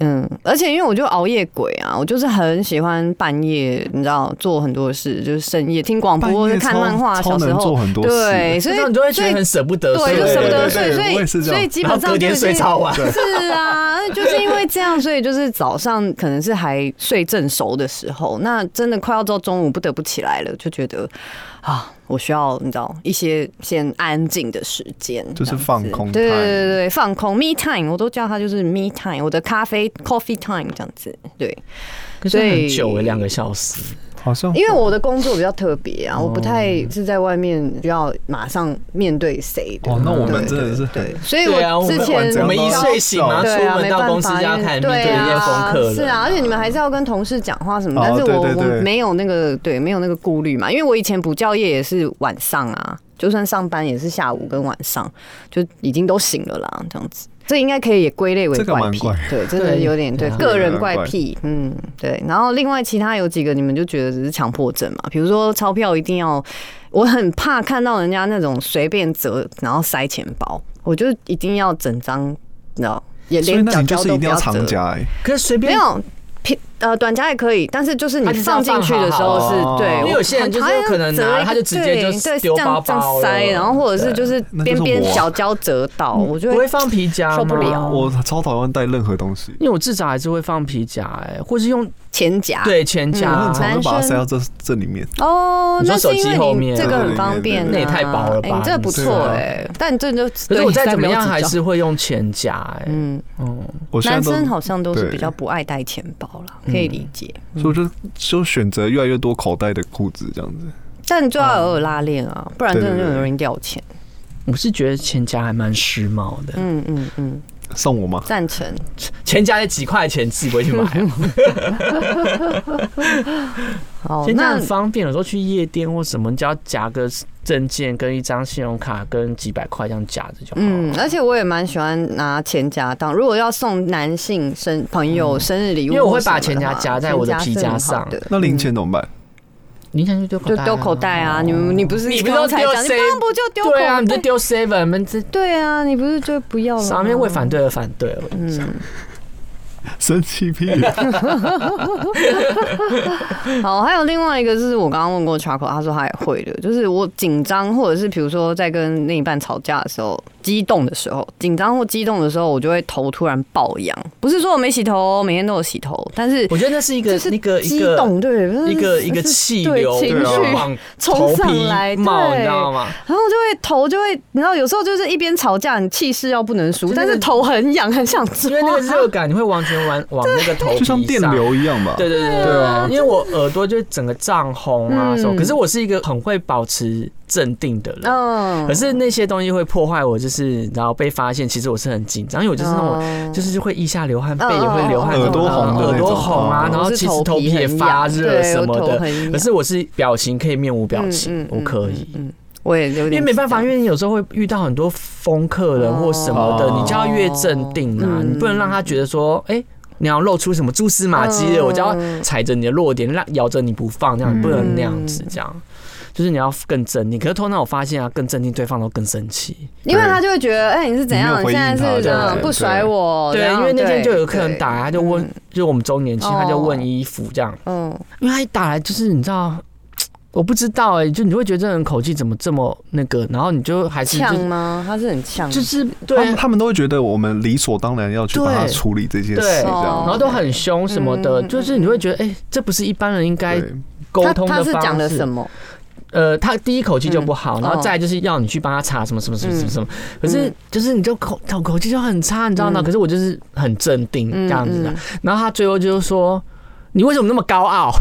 嗯，而且因为我就熬夜鬼啊，我就是很喜欢半夜，你知道做很多事，就是深夜听广播、
半
或者
夜
看
超
漫画，小
超
时
能做
候
很多事，
对，所以
这种你就会觉
所
得
以
很舍不得睡，
对，就舍不得睡，
对对对
所
我
以
也是这样
所以基
然后
本上
隔
就
天
是
睡超晚。
是啊，就是因为这样，所以就是早上可能是还睡正熟的时候，那真的快要到中午不得不起来了，就觉得啊，我需要你知道一些先安静的时间，
就是
这样子
放空
对对
time
对对，放空 me time，我都叫它就是 me time，我的咖啡 coffee time 这样子，对，
可是很久
所
诶，
以
两个小时。
好像
因为我的工作比较特别啊，我不太是在外面需要马上面对谁的，
哦，那我们
对
真的是很
对，所以
对啊，
我
我
之
们
前
我们一睡醒
哦
马上
对啊，
出门
没
到
办
公司
法，
就要
因
开
为
始面对
对
一些风
啊
客，
是
了。
啊，而且你们还是要跟同事讲话什么，
哦
但是我
对对对
我没有那个对，没有那个顾虑嘛，因为我以前补教业也是晚上啊，就算上班也是下午跟晚上，就已经都醒了啦，这样子。这应该可以也归类为
这个
怪
蛮
癖，
怪
对，真的
对
有点对
对
个人怪
蛮怪
癖，嗯，对。然后另外其他有几个你们就觉得只是强迫症嘛，比如说钞票一定要我很怕看到人家那种随便折然后塞钱包，我就一定要整张，你知道，也
所以
连
那
角
你就
角
是
都
一
不
定要
要
长
折，
夹哎，
可是随
没
便
有。平呃，短夹也可以，但是就是你
啊它就是要
放进去的时候
放
是
好好
对，
哦
因为有些人就是有可能拿
我很讨厌折一个
他就直接就
对对
丢
这样这
包包
样
了
塞，然后或者是就是
那就
边
是
边
我啊
角角折到，我就
嗯不
会
会放皮夹吗
受不了
我超讨厌带任何东西，
因为我至少还是会放皮夹哎，或是用
钱夹。
对钱
我
夹
很，常
男
就把它
生
塞到这这里面。
哦，
你
那
说
是因
手机后
为你
面
这个很方
对对对
便啊，
那
也太薄了吧
哎你这个不
对
错
啊
哎，但你这就
可是
对
我再
塞
怎
不
么
了
样
几
还
张
是会用钱夹哎，
嗯，
嗯，
我现在
男
都，
生好像都是
对
比较不爱带钱包啦，
嗯
可以理解。
所以我就就选择越来越多口袋的裤子这样子。
但就要偶尔拉链啊，不然真的就很容易掉钱。
我是觉得钱夹还蛮时髦的，
嗯嗯嗯，
送我吗？
赞成。
钱夹也几块钱自己不会去买啊，
好，
现
哦
在
那
很方便，有时候去夜店或什么，你只要夹个证件跟一张信用卡跟几百块这样夹着就好了。
嗯，而且我也蛮喜欢拿钱夹当，如果要送男性生朋友生日礼物
嗯
或什么的话，
因为我会把钱夹夹在我的皮
钱
夹
是很好
上
的
那零钱怎么办？
零钱就丢口
就
袋啊，
丢口袋啊！你们你不是
你不
刚
都
才
丢
讲，你
谁
刚刚不就丢口
对啊，你就
袋？
丢 seven，们这
对啊，你不是就不要了吗？
上面为反对而反对，
嗯
生 气屁！
好，还有另外一个就是我刚刚问过 Charco，他说他也会的，就是我紧张或者是比如说在跟另一半吵架的时候，激动的时候，紧张或激动的时候，我就会头突然爆痒。不是说我没洗头，每天都有洗头，但是
我觉得那是一个
就是
那个一
激
个
动对，
一个一个
是
气
对
流
情
对啊
绪。
往头
冲上
皮
来
冒，
对
你知道吗？
然后就会头就会，你知道有时候就是一边吵架，你气势要不能输，
真的
但是头很痒，很想抓
因。为那个热感，你会完全往往那个头皮
就像电
上
流一样吧。
对对对
对啊
因为我耳朵就整个涨红啊
嗯
什么。可是我是一个很会保持镇定的人，
嗯
可是那些东西会破坏我，就是然后被发现，其实我是很紧张，因为我就是那
哦
种就是就会腋下流汗，
嗯
背也会流汗，
嗯嗯
然
嗯
后
耳朵红的那种
耳朵红啊
嗯，
然后
我是
其实
头
头
皮
皮也
很
发
痒
热
对
什么
我头很
的
痒。
可是我是表情可以面无表
嗯
情
嗯，
我可以。
嗯，我也有点，
因为没办法，因为你有时候会遇到很多风客人或什么的，
哦
你就要越镇定啊，
嗯
你不能让他觉得说，哎、你要露出什么蛛丝马迹的，
嗯
我就要踩着你的弱点，让咬着你不放，这样
嗯
你不能那样子，这样就是你要更镇定。可是通常我发现啊，更镇定对方都更生气。
因为他就会觉得，哎、你是怎样？你
你没有回
现
应
在
他
是怎样
对
不甩我？
对，
怎样
因为那天就有
哦对嗯
客人打来，他就问，就是我们周年庆，
哦
他就问衣服这样，
嗯，
因为他一打来就是你知道。我不知道哎、就你会觉得这人口气怎么这么那个，然后你就还是就
呛
是
吗？他是很呛，
就是
他
对
们，他们都会觉得我们理所当然要去帮他
对
处理这件事，
对
这
然
样。
后都很凶什么的，
嗯
就是你会觉得，哎、这不是一般人应该
对，
沟通
他他
的
是讲
方
了
式。
什么？
呃，他第一口气就不好，
嗯
然后再来就是要你去帮他查什么什么什么什么什么，可是就是你就口口口气就很差，你知道吗？
嗯
可是我就是很镇定这样子的，
嗯
然后他最后就是说。你为什么那么高傲？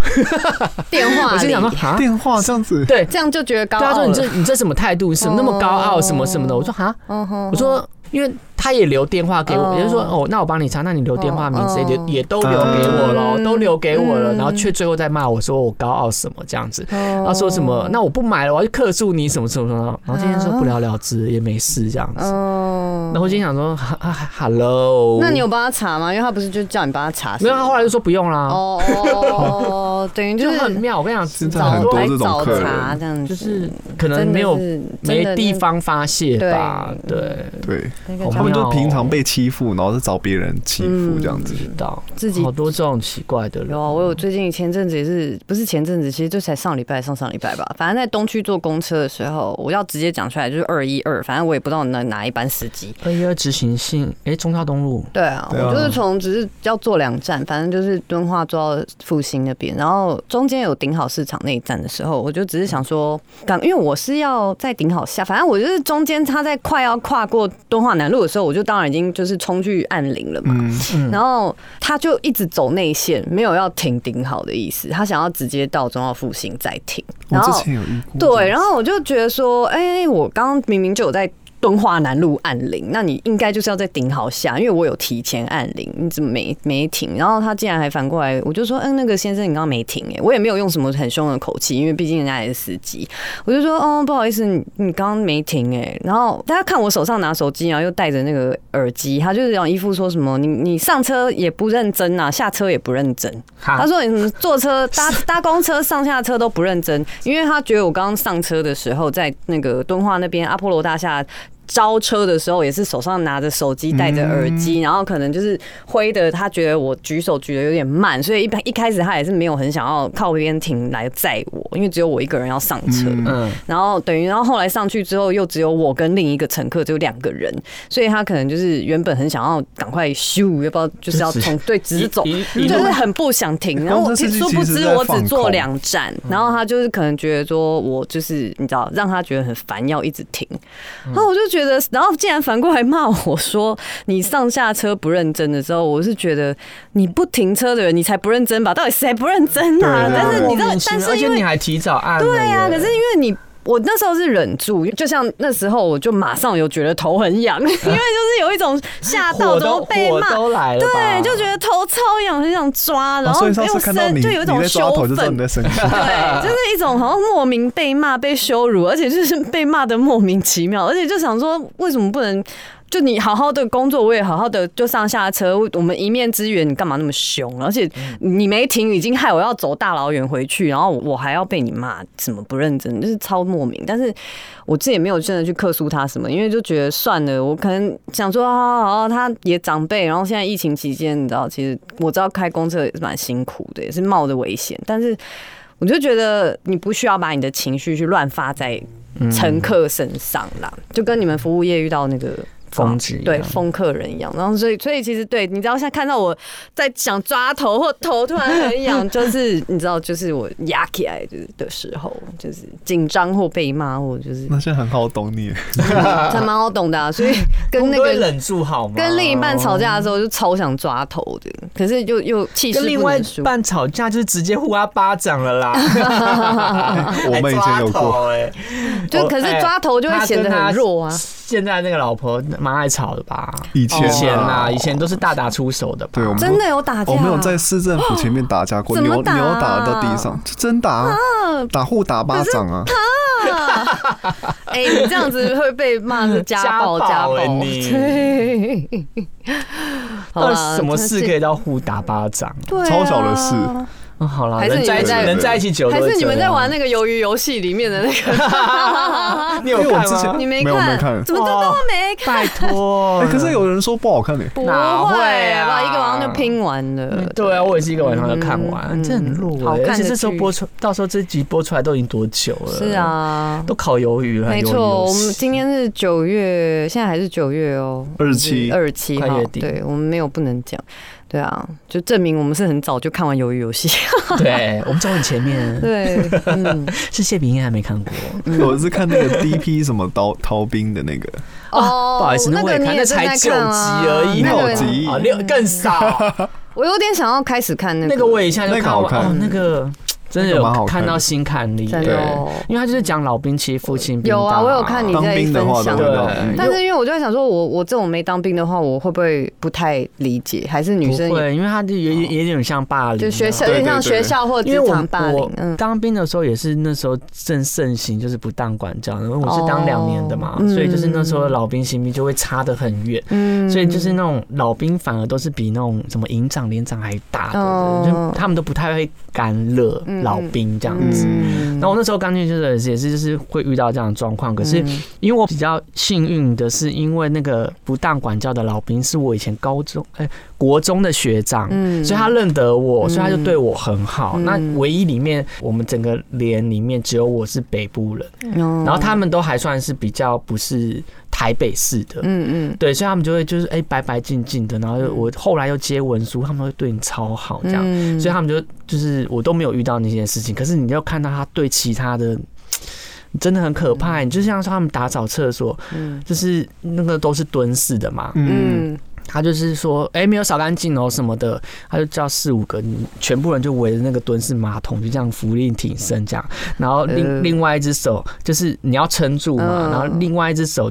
电话
我心
里
想说啊，
电话这样子，
对，
这样就觉得 高
对他
傲
说
了哦
你这你这什么态度？什么那么高傲什么什么的？我说哈，
嗯哼
我说。因为他也留电话给我，也就是说，哦，那我帮你查，那你留电话名字也
哦
也都留给我了，
嗯
都留给我了，
嗯
然后却最后再骂我说我高傲什么这样子，
哦
他说什么，那我不买了，我要去克诉你什么什么什
嗯
么，然后今天说不了了之，也没事这样子。
哦
然后我心想说哈哈哈，hello，
那你有帮他查吗？因为他不是就叫你帮他查？
没有？他后来就说不用啦，
哦哦，等于
就
就
很
是
妙。我跟你讲，
现在
早
很多
来
这种
找
客人
茬这样子，
就是可能没有
真的是
没地，方发泄
对
吧，对，
对
真的是那
好
个叫
他们
妙
就
哦
平常被欺负，然后再找别人欺负这样子。
知道
自己
好多这种奇怪的人，
有啊，我有最近前阵子也是，不是前阵子，其实就才上礼拜、上上礼拜吧。反正在东区坐公车的时候，我要直接讲出来就是二一二，反正我也不知道哪哪一班司机。
二一二执行性，哎、中山东路
对啊，
对啊
我就是从只是要坐两站，反正就是敦化坐到复兴那边，然后中间有顶好市场那一站的时候，我就只是想说，赶，因为我是要在顶好下，反正我就是中间他在快要跨过敦化南路的时候，我就当然已经就是冲去按铃了嘛。
嗯，
然后他就一直走内线，没有要停顶好的意思，他想要直接到中澳复兴再停。
我
然
之
后
前有遇过这样子。
对，然后我就觉得说，哎、我刚刚明明就有在敦化南路按铃，那你应该就是要在顶好下，因为我有提前按铃，你怎么没没停？然后他竟然还反过来，我就说，嗯，那个先生你刚刚没停、哎，我也没有用什么很凶的口气，因为毕竟人家也是司机，我就说，哦，不好意思，你你刚刚没停、哎，然后大家看我手上拿手机，然后又戴着那个耳机，他就是讲一副说什么，你你上车也不认真啊，下车也不认真，他
哈，
说：“你怎么坐车、搭搭公车、上下车都不认真，因为他觉得我刚刚上车的时候，在那个敦化那边阿波罗大厦。”招车的时候也是手上拿着手机，戴着耳机，然后可能就是挥的，他觉得我举手举的有点慢，所以一般一开始他也是没有很想要靠边停来载我，因为只有我一个人要上车。
嗯，
然后等于，然后后来上去之后，又只有我跟另一个乘客，只有两个人，所以他可能就是原本很想要赶快咻，要不要就是要
就直
从对直走，
一
就
一
是
路
很不想停。然后我
公车司机
殊不
其实
知
在
我
放
只坐
空
两站，然后他就是可能觉得说我就是你知道，让他觉得很烦，要一直停。然后我就觉得，然后竟然反过来骂我说你上下车不认真的时候，我是觉得你不停车的人你才不认真吧？到底谁不认真啊？
对
但是你知道
莫名，其
但
妙而
是因
且
为
你还提早
啊
按了耶，
对呀、可是因为你。我那时候是忍住，就像那时候我就马上有觉得头很痒， 因为就是有一种吓到
火
怎
都
么被
火
骂，
都来了吧，
对，就觉得头超痒，很想抓，然
啊
后又
所以上次看到
生，
你，
就有一
你
种
在抓
羞
头就知道
愤
你，在生气。
对，就是一种好像莫名被骂、被羞辱，而且就是被骂的莫名其妙，而且就想说为什么不能。就你好好的工作，我也好好的就上下车，我们一面之缘，你干嘛那么凶？而且你没停，已经害我要走大老远回去，然后我还要被你骂，怎么不认真？就是超莫名。但是我自己也没有真的去克诉他什么，因为就觉得算了，我可能想说，好好好，他也长辈，然后现在疫情期间，你知道，其实我知道开公车也是蛮辛苦的，也是冒着危险，但是我就觉得你不需要把你的情绪去乱发在乘客身上啦，就跟你们服务业遇到那个。
疯子一样
对疯客人一样，然后所以所以其实对你知道，现在看到我在想抓头或头突然很痒，就是你知道，就是我压起来就是的时候，就是紧张或被骂，或就是
那现在很好懂你，
还蛮好懂的、啊，所以跟那
我们都会
个
忍住好吗？哦
跟另一半吵架的时候就超想抓头的，可是就又气势
跟另
不
外
能
一
输。
半吵架就是直接呼他巴掌了 啦。哎
我们以前有
还抓
过，
头欸
就可是抓头就会显得很弱啊。
现在那个老婆蛮爱吵的吧？
以前啊
以前啊，以前都是大打出手的吧？
对我们
真的有打架、啊
哦
我们哦有在市政府前面打架过，
哦怎么
牛
打啊嗯
牛打到地上，就真打啊，打互打巴掌啊，
哎、你这样子会被骂是家暴，
家
家暴。
暴欸你
对，好
到底
啦
什么事可以
真是
到互打巴掌？
对、啊，
超小的事
嗯，好啦，
还是
人
你
在一
们
起，
在
人在一起久，
还是你们在
啊
玩？那个鱿鱼游戏里面的那 个？
你
因
有
为我
看
之前
吗？
你没
没
看？
有没看
怎么
哦
都都没看？
拜托
哎，，可是有人说不好看诶，
不
哪会啊
吧，一个晚上就拼完了。
对啊，我也是一个晚上就看完，
嗯
这很弱
好
欸
看的
而且这时候
剧
播出，到时候这集播出来都已经多久了？
是，啊，
都烤鱿鱼了，
没
还有鱿鱼
错，
游
我
戏
们今天是九月，现在还是九月哦，
27
二十七
快
号
月，底
对我们没有不能讲，对啊，就证明我们是很早就看完《鱿鱼游戏》，
对，我们走很前面，
对，嗯，
是谢炳应该还没看过，
我是看那个 DP 什么刀逃兵的那个，
哦
啊不好意思，
那
我
个
也
你
看，
也
那
正
才
在
九集
看啊
而已，
那
六
个
集
啊，六更少。
我有点想要开始看那个
那个我也一下就
那个
看
好
完，
看
哦，那个真的
那个蛮
有
好看
看
的
到新看力，
真
对
的哦
因为他就是讲老兵欺负新兵、
有啊我有看你
当兵的话都
在
会
分享
到
对
嗯
但是因为我就在想说我，我这种没当兵的话，我会不会不太理解？还是女生
不
也哦
会，因为他就有也也有点像霸凌啊，
就学校，有
对对
点像
对
学校或
因
职
为我
场霸凌
我？
嗯，
当兵的时候也是那时候正盛行，就是不当管教，因为我是当两年的嘛
哦，嗯
所以就是那时候老兵新兵就会差得很远，
嗯
所以就是那种老兵反而都是比那种什么营长连长还大
哦
的，就他们都不太会干涉
嗯
老兵这样子。
嗯
然后我那时候刚进去的时候也是就是会遇到这样的状况，可是
嗯
因为我比较幸运的是，因为那个不当管教的老兵是我以前高中哎、国中的学长，
嗯
所以他认得我，
嗯
所以他就对我很好。
嗯
那唯一里面我们整个连里面只有我是北部人，
然
然后他们都还算是比较不是台北市的。
嗯嗯
对，所以他们就会就是哎、白白净净的，然后又我后来又接文书，他们会对你超好这样，
嗯
所以他们就就是我都没有遇到那些事情，可是你要看到他对其他的真的很可怕，你就像是他们打扫厕所，
嗯
就是那个都是蹲式的嘛，
嗯，
嗯
他就是说，哎、没有扫干净哦什么的，他就叫四五个，你全部人就围着那个蹲式马桶，就这样浮立挺身这样，然后另、
呃
另外一只手就是你要撑住嘛，
嗯
然后另外一只手。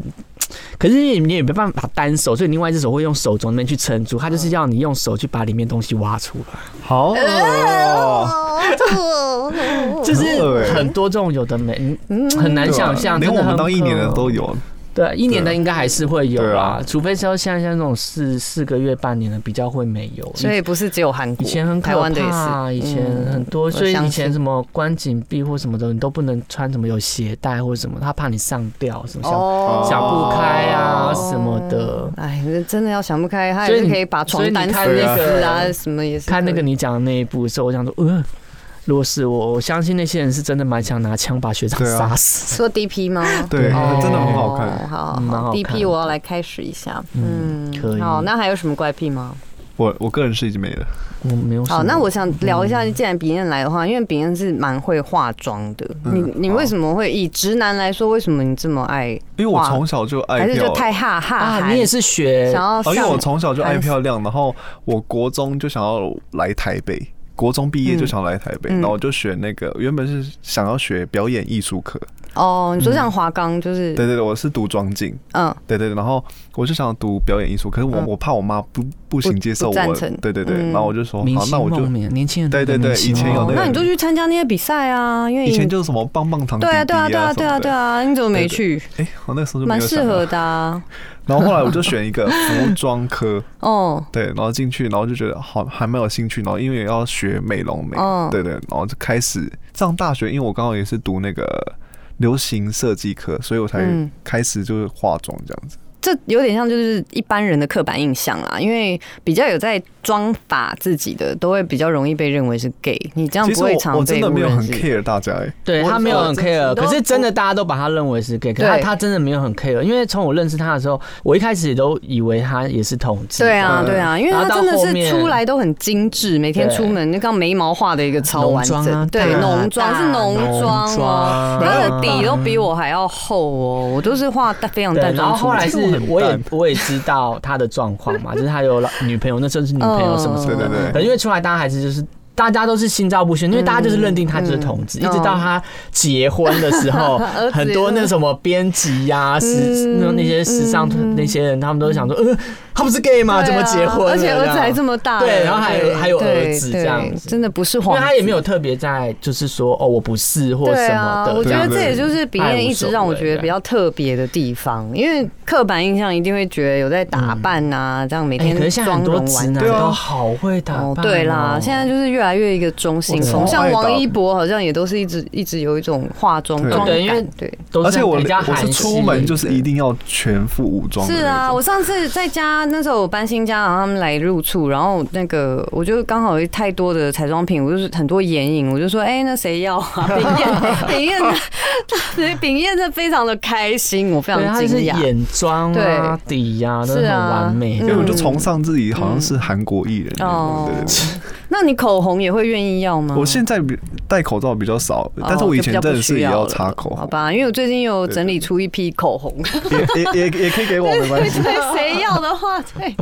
可是你也没办法单手，所以另外一只手会用手从那边去撑住，他就是要你用手去把里面东西挖出来，
好
嗯
哦
恶，
就是
很恶欸
很多这种有的没，
哦嗯
很难想象，
连
真的
我们
很
当一年的
可
都有，
对，啊一年的
对啊
应该还是会有
对
啦
啊，
除非是要像像那种四四个月、半年的比较会没有。
所以不是只有韩
以
国，
前很可
台湾的也
怕，
是，嗯
以前很多，
我
所以
相
以
信
前什么关紧闭或什么的，你都不能穿什么有鞋带或什么，他怕你上吊什么想
哦
想不开啊什么的。
哎，那真的要想不开，他
所
也
以
是
你
可以把床单撕
所
以你
啊
看
那个
啊，什么也是可以。
看那个你讲的那一部的时候，我想说，呃，如果是我，我相信那些人是真的蛮想拿枪把学长
对啊
杀死。
说 DP 吗？
对，
哦
真的很好看。
哦好好
嗯蛮好
好
看
，DP 我要来开始一下。
嗯
嗯，
可以
好，那还有什么怪癖吗？
我我个人是已经没了，
哦我没有什么。嗯
好，那我想聊一下，既然比恩来的话，因为比恩是蛮会化妆的，
嗯
你你为什么会以直男来说，为什么你这么爱？
因为我从小就爱
还是
漂
就
亮。
太哈哈
啊，
韩
你也是学
想要
哦，
上？
因为我从小
哎
就爱漂亮，然后我国中就想要来台北，国中毕业就想要来台北，
嗯
然后我就选那个原本是想要学表演艺术科，
哦，你说像华冈就是
嗯对对对，我是读装镜，
嗯
对对对，然后我就想读表演艺术，可是我、
嗯
我怕我妈不不行接受
不赞
我
成，
对对对，
嗯
然后我就说
明
哦好，那
星
我就
梦年年轻人
对对对
的明星
以前有
梦
那个
哦那你就去参加那些比赛啊，因为
以前就是什么棒棒糖弟
对
弟
啊对啊对啊对啊对
啊，
啊，你怎么没去？
哎、我那个时候就没
蛮
有
适
想
合
到，
的啊，
然后后来我就选一个服装科，
哦，
对，然后进去，然后就觉得好还蛮有兴趣，然后因为也要学美容美，
嗯
对对，然后就开始上大学，因为我刚好也是读那个流行设计科，所以我才
嗯
开始就是化妆这样子。
这有点像就是一般人的刻板印象啦，因为比较有在装法自己的，都会比较容易被认为是 gay。你这样
其
不
实
会
我
常
我
被
真的
误
没有
认
很
是。
care 大家哎、
对
我
他没有很 care，
都
可是真的大家都把他认为是 gay，可是他
对
他真的没有很 care，因为从我认识他的时候，我一开始也都以为他也是同志，
对啊，
嗯
对啊，因为
然
他
后到
真的
后
是
面
出来都很精致，每天
对
出门就刚眉毛画的一个超完
浓妆
整
啊，
对，
大
浓妆是
大
浓妆
浓
哦
妆，啊
他的底都比我还要厚哦，我都是画淡非常
对，
淡
然
妆
后
出
后来
门。
是
这个很
我也
淡
我也知道他的状况 嘛，就是他有老女朋友，那时候是女朋友什么什么的
嗯对对，对
可能因为出来大家还是就是。大家都是心照不宣，因为大家就是认定他就是同志，
嗯
一直到他结婚的时 候，
儿子啊
很多那什么编辑呀、时
嗯
那那些时尚那些人，他们都想说，呃，他不是 gay 吗？
对
怎么结婚
啊
了？
而且儿子还这
么。
么大了，
对然后还有
对
还有
对
儿子
对
这样子
真的不是
因
黄
为
子，
他也没有特别在，就是说哦，我不是或
对
什么
啊，
的。
我觉得
对
这也就是比
爱无
燕一直
所
让我
谓
觉得
对
比较特别的地方，因为刻板印象一定会觉得有在打扮啊，这样每
哎、
天
可是现在
妆
很多
容
直
完
男
整。
都好会打扮、
哦，对啦，现在就是越来越一个中性风，
我超
像
爱打
王一博好像也都是一直一直有一种化妆
对
妆
对因为
感，对，
都是
而且我
比较
我
韩
是
系
出门就是一定要全副武装的那
是
种。
啊，我上次在家那时候我搬新家，然后他们来入住，然后那个我就刚好有太多的彩妆品，我就是很多眼影，我就说，哎、那谁要 啊？炳燕，炳燕，他炳燕这非常的开心，我非常
对，他就
惊
是
讶。
眼妆啊、底呀、都
是
很
啊
完美
因为
的。
我就崇尚自己好像是韩国艺人
嗯
那
哦嗯
种，对对对。
那你口红也会愿意要吗？
我现在比戴口罩比较
哦
少，但是我以前真的是也要擦口
好
红，
吧，因为我最近有整理出一批口红，
也也也也可以给我没关系。
对，谁要的话，对，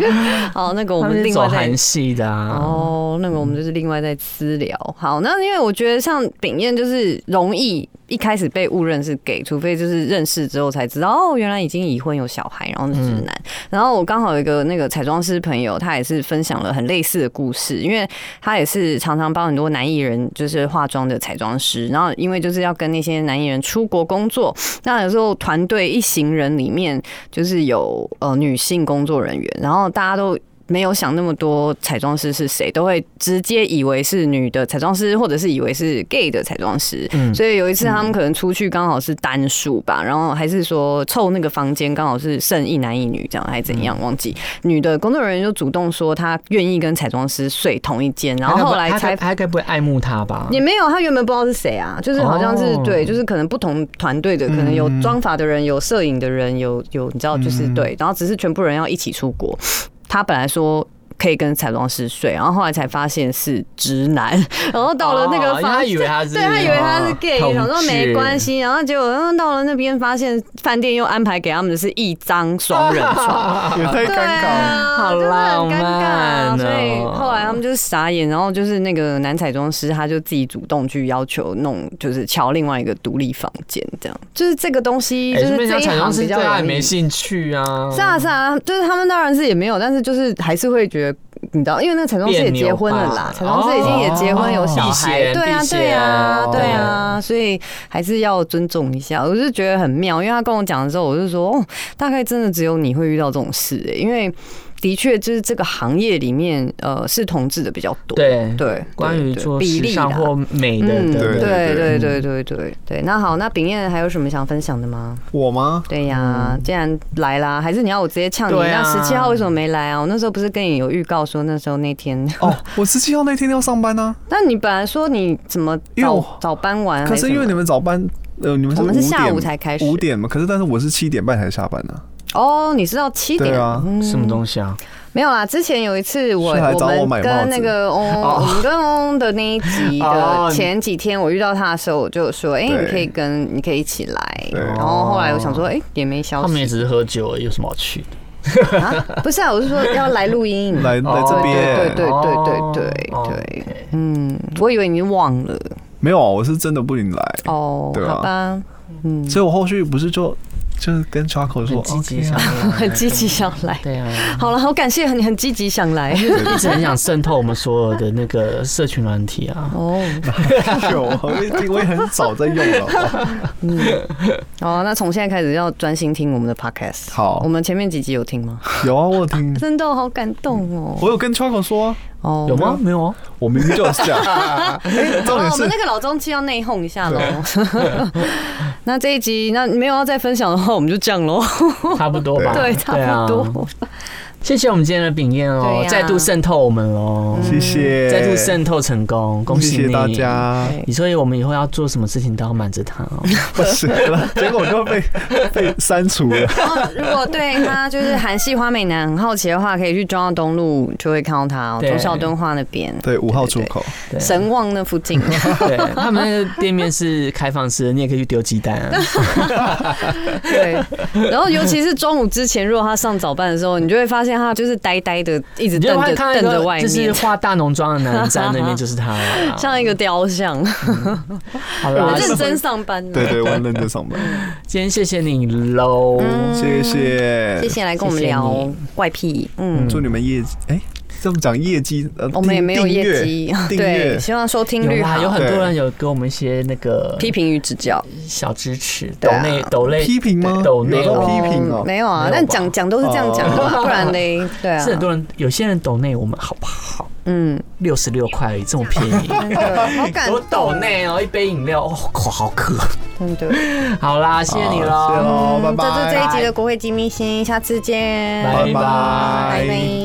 好，那个嗯我
他
们
们是
另
走
外再
韩系的啊，
哦，那个我们就是另外再私聊。好，那因为我觉得像丙燕就是容易一开始被误认是 gay，除非就是认识之后才知道哦，原来已经已婚有小孩，然后是直男。
嗯
然后我刚好有一个那个彩妆师朋友，他也是分享了很类似的故事，因为他也是常常帮很多男艺人就是化妆的彩妆师，然后因为就是要跟那些男艺人出国工作，那有时候团队一行人里面就是有呃女性工作人员，然后大家都没有想那么多彩妆师是谁，都会直接以为是女的彩妆师，或者是以为是 gay 的彩妆师。
嗯
所以有一次他们可能出去刚好是单数吧，然后还是说凑那个房间刚好是剩一男一女这样，还是怎样忘记。女的工作人员就主动说她愿意跟彩妆师睡同一间，然后后来
他该
才
不他该不会爱慕他吧？
也没有，他原本不知道是谁啊，就是好像是、
哦
对，就是可能不同团队的，可能有妆法的人，有摄影的人，有有你知
嗯
道，就是对，然后只是全部人要一起出国。他本来说。可以跟彩妆师睡，然后后来才发现是直男， 然后到了那个
哦因为
房
他以为他是哦
对他以为他是 gay，
同志
想说没关系，然后结果嗯到了那边发现饭店又安排给他们的是一张双人 床，
也太
对
尴尬了。
啊，
好
就是
浪
很尴尬啊
漫哦
所以后来他们就是傻眼，然后就是那个男彩妆师他就自己主动去要求弄，就是敲另外一个独立房间，这样就是这个东西，
哎，
就是
这边
这
讲
一
彩妆
行
师
比较
对他也
容
没
易。
兴趣啊，
是啊是啊，就是他们当然是也没有，但是就是还是会觉得。你知道，因为那个彩妆师也
别扭
结婚了
吧
啦，彩妆师已经也结婚有小孩，
哦
对啊
避，嫌
对啊，
避嫌
对啊，所以还是要尊重一下。我就觉得很妙，因为他跟我讲的时候，我就说，哦，大概真的只有你会遇到这种事、欸，因为的确就是这个行业里面，呃，是同志的比较多，
对。
对，
关于
对
做
比
时
例
尚
啦
或美的，
嗯，
不
对
对
对
对
对对对对。那好，那炳燕还有什么想分享的吗？
我吗？
对呀、
嗯
既然来啦，还是你要我直接呛你？
对啊
那十七号为什么没来啊？我那时候不是跟你有预告说那时候那天，
哦，我十七号那天要上班啊呢、
那你本来说你怎么
因为
早
我
早班完
啊，
还
可
什么，
是因为你们早班，呃，你们
我
是
们是
5
下午
点
才开始
五点嘛，可是但是我是七点半才下班呢、啊
哦，你是到七点
对啊
嗯
什么东西啊？
没有啦，之前有一次我
是来找
我
我
们
买帽子哦
跟那 个翁，我们跟翁的那一集的
啊
哦
前几天，我遇到他的时候，我就说，哎、
对
你可以跟你可以一起来。
对哦
然后后来我想说，哎、也没消
他们也
息
只是喝酒而已，有什么好去的？
啊，不是啊，我是说要来录音，
来来这边，
对对对
哦
对对
哦
对对，嗯，我以为你忘了
没有啊，我是真的不能来，
哦，
对啊
好吧，嗯，
所以我后续不是就就是跟 Charco 说
很积极
OK
想
啊，
来，
很积极想来。
对啊，
好了，好感谢你很积极想来
一直很想渗透我们所有的那个社群软体啊。
哦。
有，我已经我也很早在用了 好不好。
好啊，嗯那从现在开始要专心听我们的 podcast。
好
我们前面几集有听吗？
有啊，我有听，
真的好感动哦。
我有跟 Charco 说啊，
哦，
有吗？没有啊，
我明明就是 这样。哎
好
重点
了，哦我
是
们那个老中期要内讧一下 喽。那这一集，那没有要再分享的话，我们就这样喽。
哦
差不多吧。
对，差不
对啊
多。
谢谢我们今天的饼燕哦
对，呀嗯
再度渗透我们喽，
谢谢，
再度渗透成功，恭喜
谢谢
你
大。家。
对
你所以我们以后要做什么事情都要瞒着他哦。
不 是了，结果我就被被删除了。
然后，如果对他就是韩系花美男很好奇的话，可以去中澳东路就会看到他哦，
对
中孝敦化那边，
对，五号出口，
对
神旺那附 近。
对，他们那个店面是开放式的，你也可以去丢鸡蛋啊。
对，然后尤其是中午之前，如果他上早班的时候，你就会发现他就是呆呆的，一直
你就
瞪
会
着
看
瞪
到
着
一
外
个就是
面，。
化大浓妆的男人在那边，就是他了
像一个雕像，
好啦，
认真上班啊呢。
对对，我很认真上班，
今天谢谢你喽。
嗯
谢谢，
谢谢来跟我们
谢谢
聊
你
怪癖，嗯。
祝你们业绩，哎，这么讲业绩，呃，
我们也没有
订
业
阅
绩，
订
对，
阅
希望收听
有
率
啦，有
好，
很多
对
人有给我们一些那个
批评与指教。
小支持，抖
对啊
内抖内
批评吗？
抖
有
内
到
哦
批评哦，
没有啊
没，有
但
吧哦
讲讲都是这样讲的嘛，不然嘞，对啊
是，很多人，有些人抖内我们好不好？
嗯，
六十六块而已，这么便 宜。
真的好感
我
动，
抖内哦，一杯饮料，哦，口好渴。
真的。
好啦，谢谢你
哦
好谢谢
喽，
喽，拜
嗯这
拜，
就是这一集的国会机密星，下次见，
拜
拜
拜
拜
拜